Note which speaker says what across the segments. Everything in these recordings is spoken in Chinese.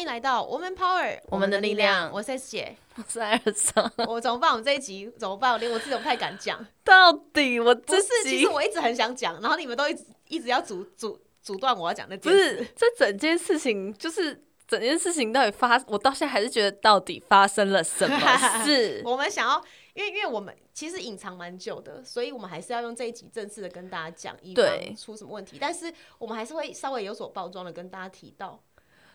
Speaker 1: 迎来到 Woman Power，
Speaker 2: 我们的力量
Speaker 1: 我是 S 姐，
Speaker 2: 我是艾尔莎，
Speaker 1: 我怎么办？我们这一集怎么办？我连我自己都不太敢讲。
Speaker 2: 到底我
Speaker 1: 不
Speaker 2: 这
Speaker 1: 是，其
Speaker 2: 集
Speaker 1: 实我一直很想讲，然后你们都一直一直要阻阻阻断我要讲那
Speaker 2: 不
Speaker 1: 件事。
Speaker 2: 是这整件事情，就是整件事情到底发，我到现在还是觉得到底发生了什么 事？
Speaker 1: 我们想要，因为因为我们其实隐藏蛮久的，所以我们还是要用这一集正式的跟大家讲，以
Speaker 2: 对
Speaker 1: 防出什么问题。但是我们还是会稍微有所包装的跟大家提到，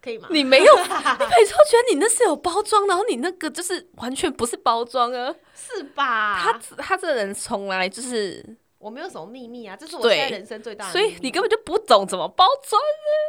Speaker 1: 可以吗？
Speaker 2: 你没有，你每次都觉得你那是有包装，然后你那个就是完全不是包装啊！
Speaker 1: 是吧？
Speaker 2: 他他这人从来就是，
Speaker 1: 我没有什么秘密啊，这是我
Speaker 2: 对
Speaker 1: 现在人生最大的
Speaker 2: 所
Speaker 1: 秘密。
Speaker 2: 以你根本就不懂怎么包装。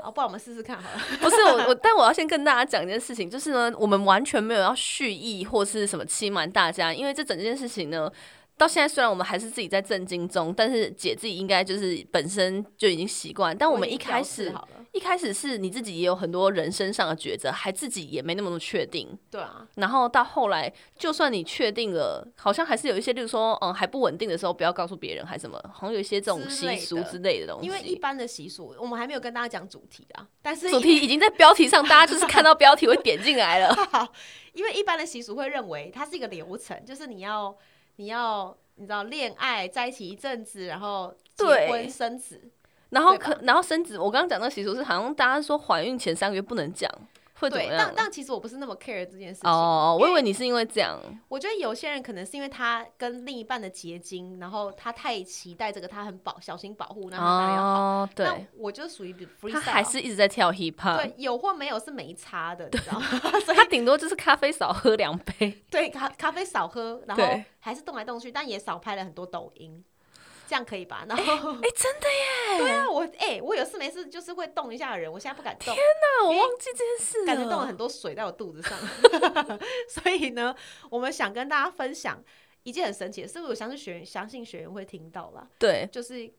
Speaker 1: 好，不然我们试试看好了。
Speaker 2: 不是我，我但我要先跟大家讲一件事情，就是呢，我们完全没有要蓄意或是什么欺瞒大家，因为这整件事情呢，到现在虽然我们还是自己在震惊中，但是姐自己应该就是本身就已经习惯，但我们
Speaker 1: 已
Speaker 2: 一
Speaker 1: 经
Speaker 2: 开
Speaker 1: 调试
Speaker 2: 始
Speaker 1: 好了，
Speaker 2: 一开始是你自己也有很多人身上的抉择，还自己也没那么确定。
Speaker 1: 对啊，
Speaker 2: 然后到后来，就算你确定了，好像还是有一些，例如说，嗯，还不稳定的时候，不要告诉别人，还什么，好像有一些这种
Speaker 1: 之
Speaker 2: 习
Speaker 1: 类
Speaker 2: 俗
Speaker 1: 的
Speaker 2: 之类的东西。
Speaker 1: 因为一般的习俗，我们还没有跟大家讲主题啊，但是
Speaker 2: 主题已经在标题上，大家就是看到标题会点进来了。
Speaker 1: 因为一般的习俗会认为它是一个流程，就是你要你要你知道恋爱在一起一阵子，然后结
Speaker 2: 对
Speaker 1: 婚生子，
Speaker 2: 然
Speaker 1: 对
Speaker 2: 后
Speaker 1: 吧
Speaker 2: 可，然后生子，我刚刚讲那个习俗是好像大家说怀孕前三个月不能讲，会怎么
Speaker 1: 对，但
Speaker 2: 样？
Speaker 1: 但其实我不是那么 care 这件事情。
Speaker 2: 哦，
Speaker 1: 因
Speaker 2: 我以为你是因为这样，
Speaker 1: 我觉得有些人可能是因为他跟另一半的结晶，然后他太期待这个，他很保小心保护，那他当然要好。
Speaker 2: 哦，对，
Speaker 1: 那我就属于比 freestyle，
Speaker 2: 他还是一直在跳 hip hop，
Speaker 1: 对有或没有是没差的，你知道吗？所以
Speaker 2: 他顶多就是咖啡少喝两 杯，
Speaker 1: 对咖咖啡少喝，然后
Speaker 2: 对
Speaker 1: 还是动来动去，但也少拍了很多抖音，这样可以吧？然后
Speaker 2: 哎，真的
Speaker 1: 对啊，我哎、我有事没事就是会动一下的人，我现在不敢动，
Speaker 2: 啊，我忘记这件事了，
Speaker 1: 感觉动了很多水在我肚子上。 所以呢，我们想跟大家分享一件很神奇的事，我相信学员相信学员会听到啦，
Speaker 2: 对，
Speaker 1: 就是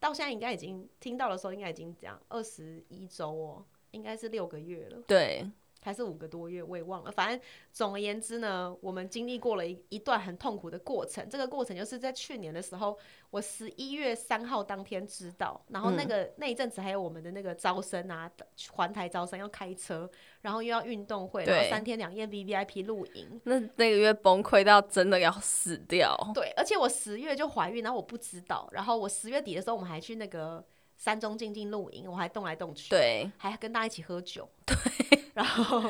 Speaker 1: 到现在应该已经听到的时候，应该已经这样二十一周哦，应该是六个月了。
Speaker 2: 对，
Speaker 1: 还是五个多月，我也忘了。反正总而言之呢，我们经历过了一一段很痛苦的过程。这个过程就是在去年的时候，我十一月三号当天知道，然后那个、那一阵子还有我们的那个招生啊，环台招生要开车，然后又要运动会，
Speaker 2: 对
Speaker 1: 然后三天两夜 V V I P 露营。
Speaker 2: 那那个月崩溃到真的要死掉，
Speaker 1: 对，而且我十月就怀孕，然后我不知道，然后我十月底的时候，我们还去那个山中静静露营，我还动来动去。
Speaker 2: 对，
Speaker 1: 还跟大家一起喝 酒，对，然后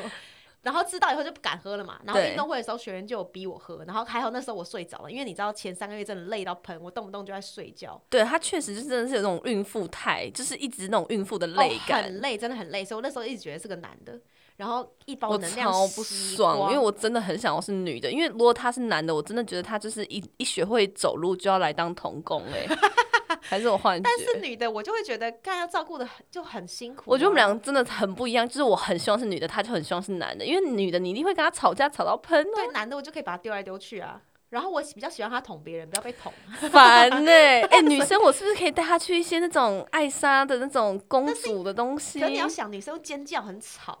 Speaker 1: 然后知道以后就不敢喝了嘛。然后
Speaker 2: 对
Speaker 1: 运动会的时候，学员就有逼我喝，然后还好那时候我睡着了，因为你知道前三个月真的累到喷，我动不动就在睡觉，
Speaker 2: 对他确实就真的是有那种孕妇态，就是一直那种孕妇的
Speaker 1: 哦
Speaker 2: 累感，
Speaker 1: 很累，真的很累，所以我那时候一直觉得是个男的，然后一包
Speaker 2: 我
Speaker 1: 能量
Speaker 2: 超不
Speaker 1: 吸
Speaker 2: 爽，
Speaker 1: 光
Speaker 2: 因为我真的很想要是女的，因为如果他是男的，我真的觉得他就是一一学会走路就要来当童工哎、还是我幻觉欸
Speaker 1: 但？是女的，我就会觉得干要照顾的就很辛苦啊、
Speaker 2: 我觉得我们俩真的很不一样，就是我很希望是女的，他就很希望是男的，因为女的你一定会跟他吵架吵到喷啊
Speaker 1: 对男的，我就可以把他丢来丢去啊。然后我比较喜欢他捅别人，不要被捅。
Speaker 2: 哦，烦呢、欸。哎、女生我是不是可以带她去一些那种艾莎的那种公主的东西
Speaker 1: 可？是你要想，女生尖叫很吵，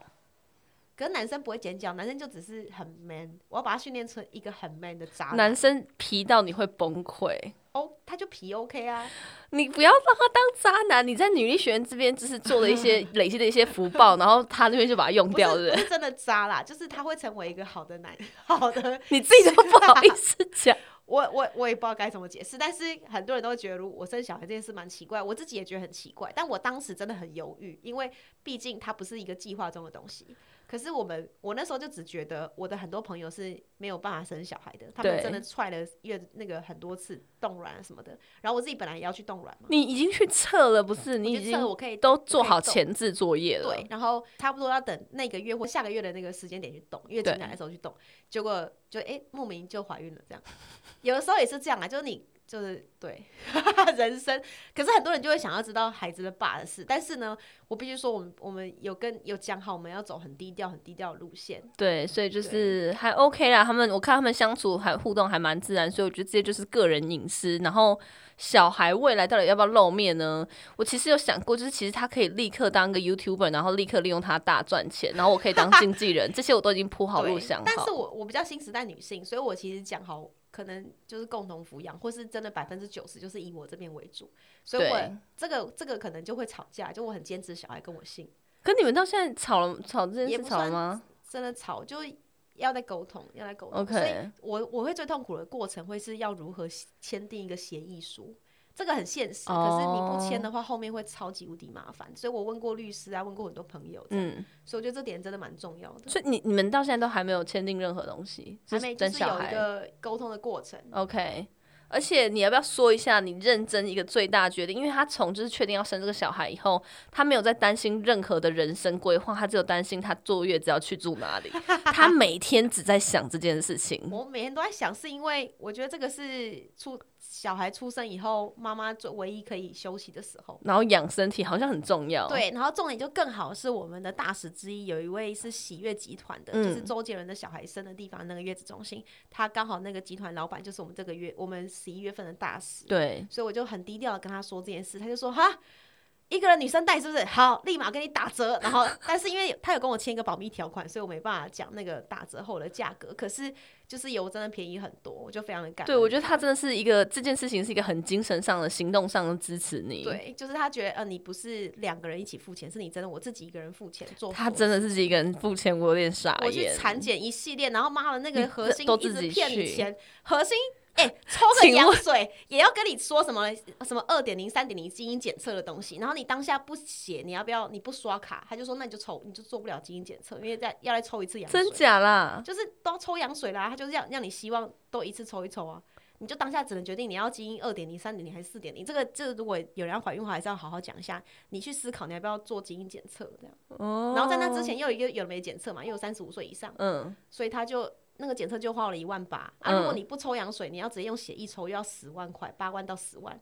Speaker 1: 可是男生不会尖叫，男生就只是很 man。我要把他训练成一个很 man 的渣男
Speaker 2: 男。生皮到你会崩溃，
Speaker 1: 哦，他就皮 OK 啊，
Speaker 2: 你不要让他当渣男。你在女力学院这边就是做了一 些累积的一些福报，然后他那边就把它用
Speaker 1: 不
Speaker 2: 掉，
Speaker 1: 是
Speaker 2: 对不
Speaker 1: 不
Speaker 2: 对？
Speaker 1: 是真的渣啦，就是他会成为一个好的男， 好的。
Speaker 2: 你自己都不好意思讲。
Speaker 1: 我我我也不知道该怎么解释，但是很多人都会觉得，如我生小孩这件事蛮奇怪，我自己也觉得很奇怪。但我当时真的很犹豫，因为毕竟它不是一个计划中的东西。可是我们，我那时候就只觉得我的很多朋友是没有办法生小孩的，他们
Speaker 2: 对
Speaker 1: 真的踹了月那个很多次冻卵啊什么的。然后我自己本来也要去冻卵嘛，
Speaker 2: 你已经去测了，不是？你
Speaker 1: 我就
Speaker 2: 已
Speaker 1: 测了
Speaker 2: 经
Speaker 1: 我可以
Speaker 2: 都做好前置作业了。
Speaker 1: 对，然后差不多要等那个月或下个月的那个时间点去动，月经
Speaker 2: 对
Speaker 1: 来的时候去动，结果就哎、诶莫名就怀孕了这样。 有的时候也是这样啊，就是你就是对 人生，可是很多人就会想要知道孩子的爸的事，但是呢，我必须说我们我们有跟有讲好我们要走很低调很低调的路线，
Speaker 2: 对所以就是还 OK 啦。他们我看他们相处还互动还蛮自然，所以我觉得这些就是个人隐私。然后小孩未来到底要不要露面呢？我其实有想过，就是其实他可以立刻当个 YouTuber，然后立刻利用他大赚钱，然后我可以当经纪人，这些我都已经铺好
Speaker 1: 对
Speaker 2: 路想
Speaker 1: 但
Speaker 2: 好
Speaker 1: 是。我我比较新时代女性，所以我其实讲好。可能就是共同抚养，或是真的百分之九十就是以我这边为主，所以
Speaker 2: 对
Speaker 1: 我这个这个可能就会吵架，就我很坚持小孩跟我姓。
Speaker 2: 可你们到现在吵了吵这
Speaker 1: 也
Speaker 2: 件事
Speaker 1: 不
Speaker 2: 吵了
Speaker 1: 算
Speaker 2: 吗
Speaker 1: 真的吵就要再沟通，要再沟通。所以
Speaker 2: ？OK，
Speaker 1: 我我会最痛苦的过程会是要如何协签订一个协议书，这个很现实。
Speaker 2: 哦
Speaker 1: 可是你不签的话，后面会超级无敌麻烦。所以我问过律师啊，问过很多朋友，嗯，
Speaker 2: 嗯，
Speaker 1: 所以我觉得这点真的蛮重要的。
Speaker 2: 所以你你们到现在都还没有签订任何东西，
Speaker 1: 还
Speaker 2: 就
Speaker 1: 没
Speaker 2: 是
Speaker 1: 就
Speaker 2: 等
Speaker 1: 是
Speaker 2: 小
Speaker 1: 有一
Speaker 2: 孩。嗯
Speaker 1: 个沟通的过程，
Speaker 2: OK，而且你要不要说一下你认真一个最大的决定？因为他从就是确定要生这个小孩以后，他没有在担心任何的人生规划，他只有担心他坐月子要去住 哪里，他每天只在想这件事情。
Speaker 1: 我每天都在想，是因为我觉得这个是出小孩出生以后，妈妈最唯一可以休息的时候。
Speaker 2: 然后养身体好像很重要，，
Speaker 1: 对，然后重点就更好是我们的大使之一有一位是喜悦集团的，就是
Speaker 2: 嗯
Speaker 1: 周杰伦的小孩生的地方那个月子中心，他刚好那个集团老板就是我们这个月我们十一月份的大使，
Speaker 2: 对，
Speaker 1: 所以我就很低调的跟他说这件事，他就说哈。一个人女生带是不是好？立马给你打折。然后，但是因为他有跟我签一个保密条款，所以我没办法讲那个打折后的价格。可是就是油真的便宜很多，我就非常的感
Speaker 2: 对我觉
Speaker 1: 得
Speaker 2: 得他真的是一个这件事情是一个很精神上的、行动上的支持你，，
Speaker 1: 对，就是他觉得呃你不是两个人一起付钱，是你真的我自己一个人付钱做。
Speaker 2: 他真的自己一个人付钱，我有点傻
Speaker 1: 哦我去
Speaker 2: 眼。
Speaker 1: 产检一系列，然后妈的那个核心
Speaker 2: 都
Speaker 1: 一
Speaker 2: 自
Speaker 1: 直
Speaker 2: 己
Speaker 1: 骗你
Speaker 2: 去
Speaker 1: 钱，核心哎、 抽个
Speaker 2: 请
Speaker 1: 羊水也要跟你说什么什么二点零、三点零基因检测的东西，然后你当下不写，你要不要你不刷卡，他就说那你就抽，你就做不了基因检测，因为再要来抽一次羊水
Speaker 2: 真，假啦？
Speaker 1: 就是都要抽羊水啦，他就是让让你希望都一次抽一抽啊。你就当下只能决定你要基因二点零、三点零还是四点零。这个，这个如果有人要怀孕的话，还是要好好讲一下。你去思考你要不要做基因检测这样。
Speaker 2: 哦，
Speaker 1: 然后在那之，前又有一个有没检测嘛，因为我三十五岁以上，
Speaker 2: 嗯，
Speaker 1: 所以他就那个检测就花了一万八啊。
Speaker 2: 嗯
Speaker 1: 如果你不抽羊水，你要直接用血液抽，又要十万块，八万到十万，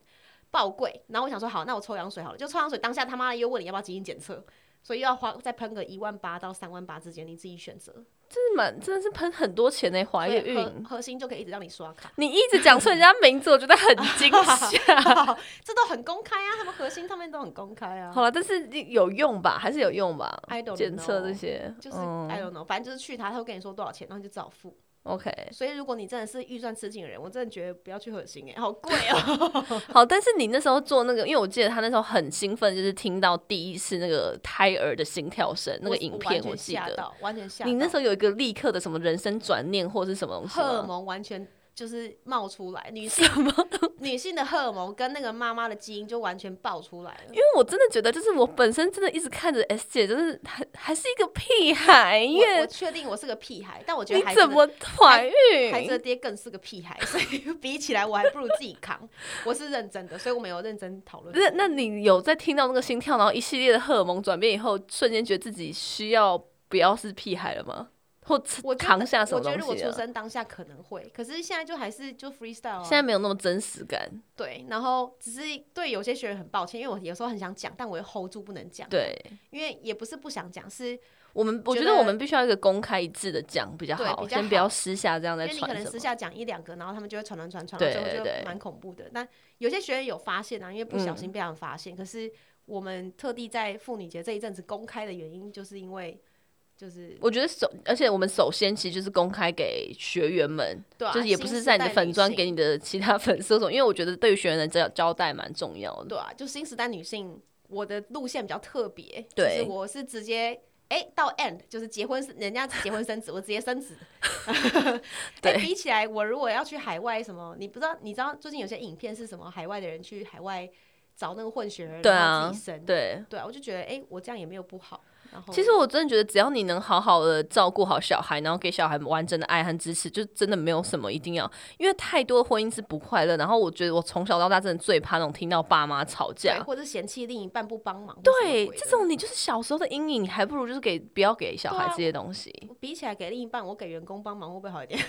Speaker 1: 爆贵。然后我想说，好，那我抽羊水好了，就抽羊水。当下他妈的又问你要不要基因检测，所以又要花再喷个一万八到三万八之间，你自己选择。
Speaker 2: 真的蛮真的是喷很多钱呢，怀
Speaker 1: 所以
Speaker 2: 孕
Speaker 1: 核。核心就可以一直让你刷 卡，
Speaker 2: 你一直讲出人家名字，我觉得很 惊吓。
Speaker 1: 这都很公开啊，他们核心他们都很公开啊。
Speaker 2: 好了，但是有用吧？还是有用吧？
Speaker 1: I don't
Speaker 2: 检测
Speaker 1: know
Speaker 2: 这些，
Speaker 1: 就是、
Speaker 2: 嗯
Speaker 1: I don't know，反正就是去他，他会跟你说多少钱，然后你就只好付。
Speaker 2: OK。
Speaker 1: 所以如果你真的是预算吃紧的人，我真的觉得不要去核心哎、好贵哦、
Speaker 2: 好，但是你那时候做那个，因为我记得他那时候很兴奋，就是听到第一次那个胎儿的心跳声， 那个影
Speaker 1: 完
Speaker 2: 片
Speaker 1: 全
Speaker 2: 我记
Speaker 1: 吓
Speaker 2: 得。
Speaker 1: 到，完全吓到。
Speaker 2: 你那时候有一个立刻的什么人生转念或是什么东西
Speaker 1: 荷尔
Speaker 2: 吗？
Speaker 1: 蒙完全就是冒出来，女性 女性的荷尔蒙跟那个妈妈的基因就完全爆出来了
Speaker 2: 因。为我真的觉得，就是我本身真的一直看着 S 姐，就是还还是一个屁孩
Speaker 1: 我我
Speaker 2: 耶。
Speaker 1: 确定我是个屁孩，但我觉
Speaker 2: 你
Speaker 1: 得孩子
Speaker 2: 怎
Speaker 1: 的
Speaker 2: 么怀
Speaker 1: 孩
Speaker 2: 孕
Speaker 1: 子？的爹更是个屁孩， 所以比起来我还不如自己扛。 我是认真的，所以我们有认真讨论。
Speaker 2: 那那你有在听到那个心跳，然后一系列的荷尔蒙转变以后，瞬间觉得自己需要不要是屁孩了吗？或
Speaker 1: 我觉得
Speaker 2: 扛下什
Speaker 1: 我
Speaker 2: 么
Speaker 1: 觉得
Speaker 2: 东
Speaker 1: 如果
Speaker 2: 西
Speaker 1: 出
Speaker 2: 啊？
Speaker 1: 生当下可能会，可是现在就还是就 freestyle 啊。
Speaker 2: 现在没有那么真实感，
Speaker 1: 对，然后只是对有些学员很抱歉，因为我有时候很想讲，但我又 hold 住不能讲。，
Speaker 2: 对。
Speaker 1: 因为也不是不想讲，是
Speaker 2: 我们我
Speaker 1: 觉
Speaker 2: 觉
Speaker 1: 得
Speaker 2: 得我们必须要一个公开一致的讲比较
Speaker 1: 对
Speaker 2: 好，
Speaker 1: 比较
Speaker 2: 先不要
Speaker 1: 好
Speaker 2: 私下这样再
Speaker 1: 因为你可
Speaker 2: 传
Speaker 1: 能
Speaker 2: 什
Speaker 1: 私
Speaker 2: 么。
Speaker 1: 下讲一两个，然后他们就会传传传传，
Speaker 2: 对
Speaker 1: 所以我觉
Speaker 2: 对嗯
Speaker 1: 得蛮恐怖的。那有些学员有发现啊，因为不小心被他们发现，可是我们特地在妇女节这一阵子公开的原因，就是因为就是
Speaker 2: 我觉得首，而且我们首先其实就是公开给学员们，
Speaker 1: 对、啊，
Speaker 2: 就是也不
Speaker 1: 新
Speaker 2: 是
Speaker 1: 时
Speaker 2: 在你的
Speaker 1: 代
Speaker 2: 粉
Speaker 1: 女
Speaker 2: 砖
Speaker 1: 性
Speaker 2: 给你的其他粉丝那种，因为我觉得对于学员的交交代蛮重要的。
Speaker 1: 对啊，就新时代女性，我的路线比较特别，
Speaker 2: 对
Speaker 1: 就是我是直接。哎、到 end 就是结婚，人家结婚生子，我直接生子。
Speaker 2: 对
Speaker 1: 哎比起来，我如果要去海外什么，你不知道，你知道最近有些影片是什么？海外的人去海外找那个混血儿，
Speaker 2: 对
Speaker 1: 然后
Speaker 2: 啊
Speaker 1: 自己生，，
Speaker 2: 对，
Speaker 1: 对啊，我就觉得，哎、我这样也没有不好。然后，
Speaker 2: 其实我真的觉得，只要你能好好的照顾好小孩，然后给小孩完整的爱和支持，就真的没有什么一定要，因为太多婚姻是不快乐。然后我觉得我从小到大真的最怕那种听到爸妈吵
Speaker 1: 对
Speaker 2: 架，，
Speaker 1: 或者嫌弃另一半不帮忙，或什么
Speaker 2: 对，
Speaker 1: 鬼
Speaker 2: 这
Speaker 1: 的
Speaker 2: 种你就是小时候的阴影，还不如就是给不要给小
Speaker 1: 对
Speaker 2: 孩
Speaker 1: 啊
Speaker 2: 这些东西。
Speaker 1: 比起来给另一半，我给员工帮忙会不会好一点？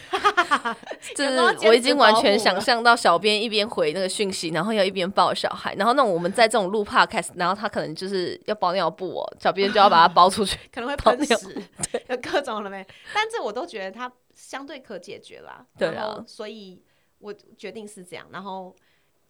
Speaker 2: 就
Speaker 1: 有
Speaker 2: 是
Speaker 1: 时候兼
Speaker 2: 我已
Speaker 1: 职
Speaker 2: 经完
Speaker 1: 保
Speaker 2: 全
Speaker 1: 姆
Speaker 2: 想
Speaker 1: 了
Speaker 2: 象到小编一边回那个讯息，然后要一边抱小孩，然后那种我们在这种录 podcast，然后他可能就是要包尿布哦，小编就要把它 包出去。
Speaker 1: 可能会
Speaker 2: 泡
Speaker 1: 喷
Speaker 2: 尿
Speaker 1: 屎， 有各种了没？但这我都觉得它相对可解决啦。
Speaker 2: 对啊
Speaker 1: 然后所以我决定是这样。然后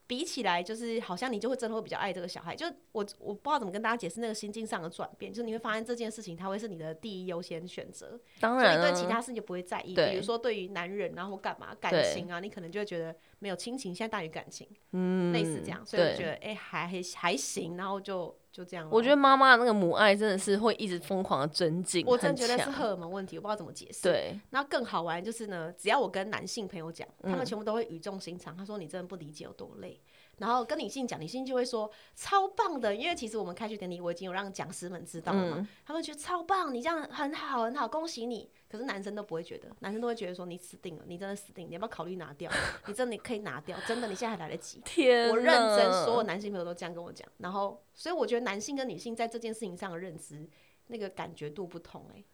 Speaker 1: 比起来，就是好像你就会真的会比较爱这个小孩。就我我不知道怎么跟大家解释那个心境上的转变，就是你会发现这件事情它会是你的第一优先选择，
Speaker 2: 当
Speaker 1: 所以
Speaker 2: 然
Speaker 1: 你
Speaker 2: 了、
Speaker 1: 对其他事情就不会在意。
Speaker 2: 对
Speaker 1: 比如说对于男人然后干嘛感
Speaker 2: 对
Speaker 1: 情啊，你可能就会觉得没有亲情现在大于感情，
Speaker 2: 嗯
Speaker 1: 类似这样。所以我
Speaker 2: 对
Speaker 1: 觉得哎、还还还行，然后就就这样咯。
Speaker 2: 我觉得妈妈的那个母爱真的是会一直疯狂的增进，
Speaker 1: 我真的觉
Speaker 2: 很
Speaker 1: 得是
Speaker 2: 强
Speaker 1: 荷尔蒙问题，我不知道怎么解释。
Speaker 2: 对，
Speaker 1: 然后更好玩就是呢，只要我跟男性朋友讲，他们全部都会语重心长。他说：“你真的不理解有多累。”然后跟女性讲，女性就会说：“超棒的！”因为其实我们开学典礼我已经有让讲师们知道了嘛，
Speaker 2: 嗯
Speaker 1: 他们觉得超棒，你这样很好很好，恭喜你。可是男生都不会觉得，男生都会觉得说：“你死定了，你真的死定了，你要不要考虑拿掉？你真的可以拿掉，真的，你现在还来得及。”
Speaker 2: 天，
Speaker 1: 我认真，所有，男性朋友都这样跟我讲。然后，所以我觉得男性跟女性在这件事情上的认知，那个感觉度不同、欸。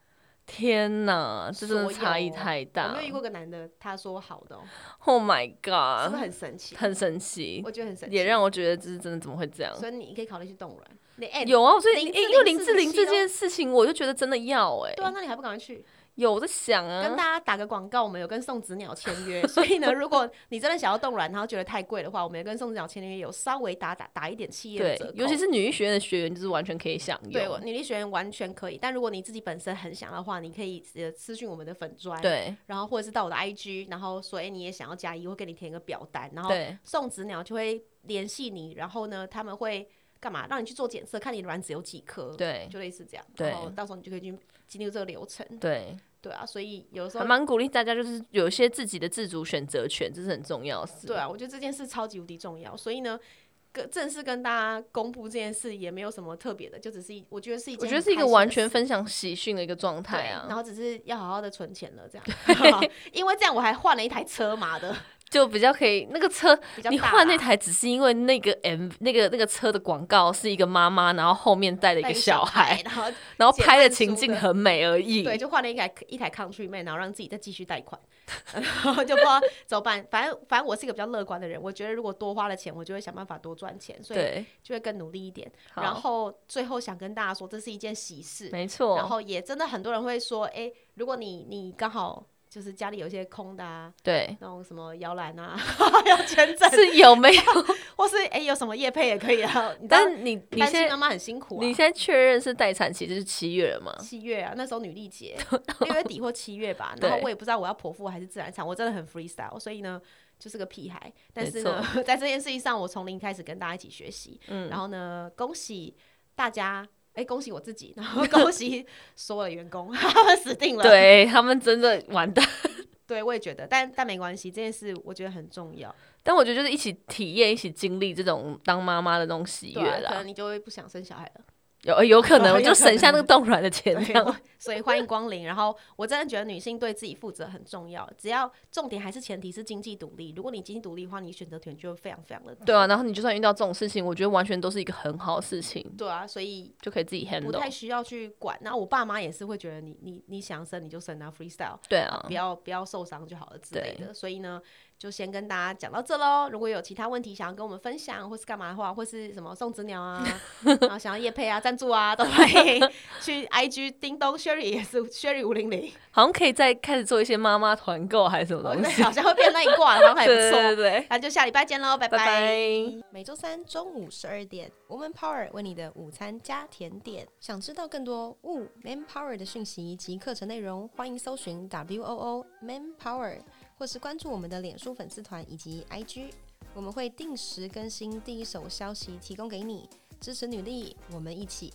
Speaker 2: 天哪，这真的
Speaker 1: 所
Speaker 2: 差异
Speaker 1: 有
Speaker 2: 太
Speaker 1: 我
Speaker 2: 大
Speaker 1: 没有遇过个男的，他说好的、哦，
Speaker 2: ，Oh my
Speaker 1: 是不是
Speaker 2: god，
Speaker 1: 很神奇？
Speaker 2: 很神奇，
Speaker 1: 我觉得很神奇，
Speaker 2: 也让我觉得这是真的怎么会这样？
Speaker 1: 所以你可以考虑去冻卵。你哎、
Speaker 2: 有啊，所以
Speaker 1: 林
Speaker 2: 诶
Speaker 1: 志
Speaker 2: 因为
Speaker 1: 玲
Speaker 2: 林志玲
Speaker 1: 47
Speaker 2: 这件事情，我就觉得真的要哎、
Speaker 1: 对啊，那你还不赶快去？
Speaker 2: 有我在想
Speaker 1: 跟
Speaker 2: 啊，
Speaker 1: 大家打个广告，我们有跟送子鸟签约，所以呢，如果你真的想要冻卵，然后觉得太贵的话，我们有跟送子鸟签约，有稍微打打打一点企业的
Speaker 2: 对
Speaker 1: 折扣，
Speaker 2: 尤其是哦女医学院的学员，就是完全可以啊享
Speaker 1: 对我
Speaker 2: 用，
Speaker 1: 女力学员完全可以。但如果你自己本身很想要的话，你可以呃私讯我们的粉砖，，
Speaker 2: 对
Speaker 1: 然后或者是到我的 IG，然后说哎、你也想要加一，我会给你填一个表单，然后
Speaker 2: 对
Speaker 1: 送子鸟就会联系你，然后呢，他们会干嘛？让你去做检测，看你卵子有几颗，，
Speaker 2: 对
Speaker 1: 就类似这样。
Speaker 2: 对
Speaker 1: 然后到时候你就可以去进入这个流程。
Speaker 2: 对，
Speaker 1: 对啊，所以有的时
Speaker 2: 还
Speaker 1: 候，
Speaker 2: 蛮鼓励大家，就是有一些自己的自主选择权，这是很重要的事。
Speaker 1: 对啊，我觉得这件事超级无敌重要。所以呢，跟正式跟大家公布这件事也没有什么特别的，就只是一我觉得是一件
Speaker 2: 我
Speaker 1: 很
Speaker 2: 觉
Speaker 1: 开心
Speaker 2: 得
Speaker 1: 的事，
Speaker 2: 是一个完全分享喜讯的一个状态
Speaker 1: 对，然
Speaker 2: 啊，
Speaker 1: 后只是要好好的存钱了， 这样， 因为这样我还换了一台车嘛的，
Speaker 2: 就比较可以。那个车，
Speaker 1: 比较大
Speaker 2: 你换那台只是因为那个 M 那个那个车的广告是一个妈妈，然后后面带了一
Speaker 1: 带
Speaker 2: 个
Speaker 1: 一个小
Speaker 2: 孩，
Speaker 1: 孩，然 后
Speaker 2: 然后拍的
Speaker 1: 简单
Speaker 2: 情
Speaker 1: 粗
Speaker 2: 境
Speaker 1: 的
Speaker 2: 很美而已。
Speaker 1: 对，就换了一台一台 Countryman，然后让自己再继续贷款， 然后就不知道怎么办。反正反正我是一个比较乐观的人，我觉得如果多花了钱，我就会想办法多赚钱，所以
Speaker 2: 对，
Speaker 1: 就会更努力一点。
Speaker 2: 好
Speaker 1: 然后最后想跟大家说，这是一件喜事，
Speaker 2: 没错，
Speaker 1: 然后也真的很多人会说，哎、如果你你刚好就是家里有一些空的啊，
Speaker 2: 对，
Speaker 1: 那种什么摇篮啊， 要签证，
Speaker 2: 是有没 有？
Speaker 1: 或是哎、有什么业配也可以啊。你知道
Speaker 2: 但是你你
Speaker 1: 单
Speaker 2: 现
Speaker 1: 亲
Speaker 2: 在
Speaker 1: 妈妈很辛苦啊。
Speaker 2: 你现在确认是待产期就是七月了吗？
Speaker 1: 七月啊，那时候女力 节，六月底或七月吧。然后
Speaker 2: 对
Speaker 1: 我也不知道我要剖腹还是自然产，我真的很 freestyle，所以呢，就是个屁孩。但
Speaker 2: 没
Speaker 1: 是呢， 在这件事情上，我从零开始跟大家一起学习。
Speaker 2: 嗯
Speaker 1: 然后呢，恭喜大家，哎、恭喜我自己，然后 恭喜所有的员工， 他们死定了。
Speaker 2: 对他们真的完蛋，
Speaker 1: 对，我也觉得，但但没关系，这件事我觉得很重要。
Speaker 2: 但我觉得就是一起体验、一起经历这种当妈妈的那种喜
Speaker 1: 对啊、
Speaker 2: 悦
Speaker 1: 可
Speaker 2: 啦
Speaker 1: 能。你就会不想生小孩了。
Speaker 2: 有呃有可
Speaker 1: 对啊
Speaker 2: 能
Speaker 1: 有
Speaker 2: 就
Speaker 1: 可能
Speaker 2: 省下那个冻卵的钱这
Speaker 1: 对
Speaker 2: 样。，
Speaker 1: 所以欢迎光临。然后我真的觉得女性对自己负责很重要，只要重点还是前提是经济独立。如果你经济独立的话，你选择权就会非常非常的
Speaker 2: 对啊，然后你就算遇到这种事情，我觉得完全都是一个很好的事情，
Speaker 1: 对啊，所以
Speaker 2: 就可以自己
Speaker 1: 不太
Speaker 2: handle。
Speaker 1: 需要去管。那我爸妈也是会觉得你你你想生你就生啊，freestyle，
Speaker 2: 对啊
Speaker 1: 不，要不要受伤就好了之类的。所以呢，就先跟大家讲到这喽。如果有其他问题想要跟我们分享，或是干嘛的话，或是什么送子鸟啊，然后想要叶配啊、赞助啊，都欢迎 去 IG 叮咚 Sherry 也是 Sherry 五零零，
Speaker 2: 好像可以再开始做一些妈妈团购还是什么
Speaker 1: 我
Speaker 2: 东西。
Speaker 1: 觉得哦好像会变那一挂了，好像还
Speaker 2: 对
Speaker 1: 不
Speaker 2: 对
Speaker 1: 错。
Speaker 2: 对对，
Speaker 1: 那就下礼拜见喽，拜
Speaker 2: 拜拜。
Speaker 1: 每周三中午十二点，Woman Power 为你的午餐加甜点。想知道更多 Wo Man Power 的讯息及课程内容，欢迎搜寻 W O O Man Power，或是关注我们的脸书粉丝团以及 IG，我们会定时更新第一手消息，提供给你支持女力，我们一起